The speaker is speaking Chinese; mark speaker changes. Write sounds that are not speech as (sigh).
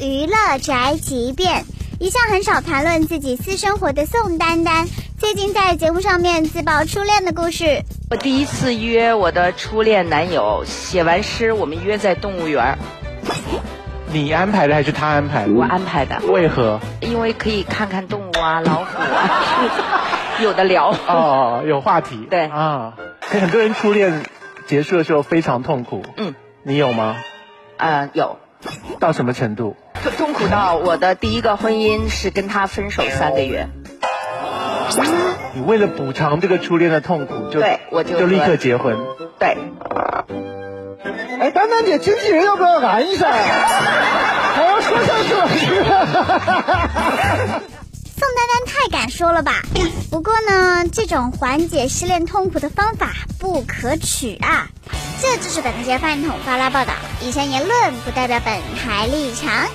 Speaker 1: 娱乐宅急便。一向很少谈论自己私生活的宋丹丹，最近在节目上面自曝初恋的故事。
Speaker 2: 我第一次约我的初恋男友，写完诗，我们约在动物园儿，
Speaker 3: 你安排的还是他安排的？
Speaker 2: 我安排的，
Speaker 3: 为何？
Speaker 2: 因为可以看看动物啊、老虎 (laughs) 啊，有的聊。
Speaker 3: 哦，有话题。
Speaker 2: 对
Speaker 3: 啊，很多人初恋结束的时候非常痛苦。
Speaker 2: 嗯，
Speaker 3: 你有吗？
Speaker 2: 呃，有
Speaker 3: 到什么程度？
Speaker 2: 痛痛苦到我的第一个婚姻是跟他分手三个月，
Speaker 3: 你为了补偿这个初恋的痛苦，就
Speaker 2: 对我就
Speaker 3: 就立
Speaker 2: 和
Speaker 3: 刻结婚。
Speaker 2: 对，
Speaker 4: 哎，丹丹姐，经纪人要不要来一下
Speaker 2: (laughs)
Speaker 4: 呀？我要说相声老师。
Speaker 1: 宋丹丹太敢说了吧？不过呢，这种缓解失恋痛苦的方法不可取啊！这就是本台饭桶发拉报道，以上言论不代表本台立场。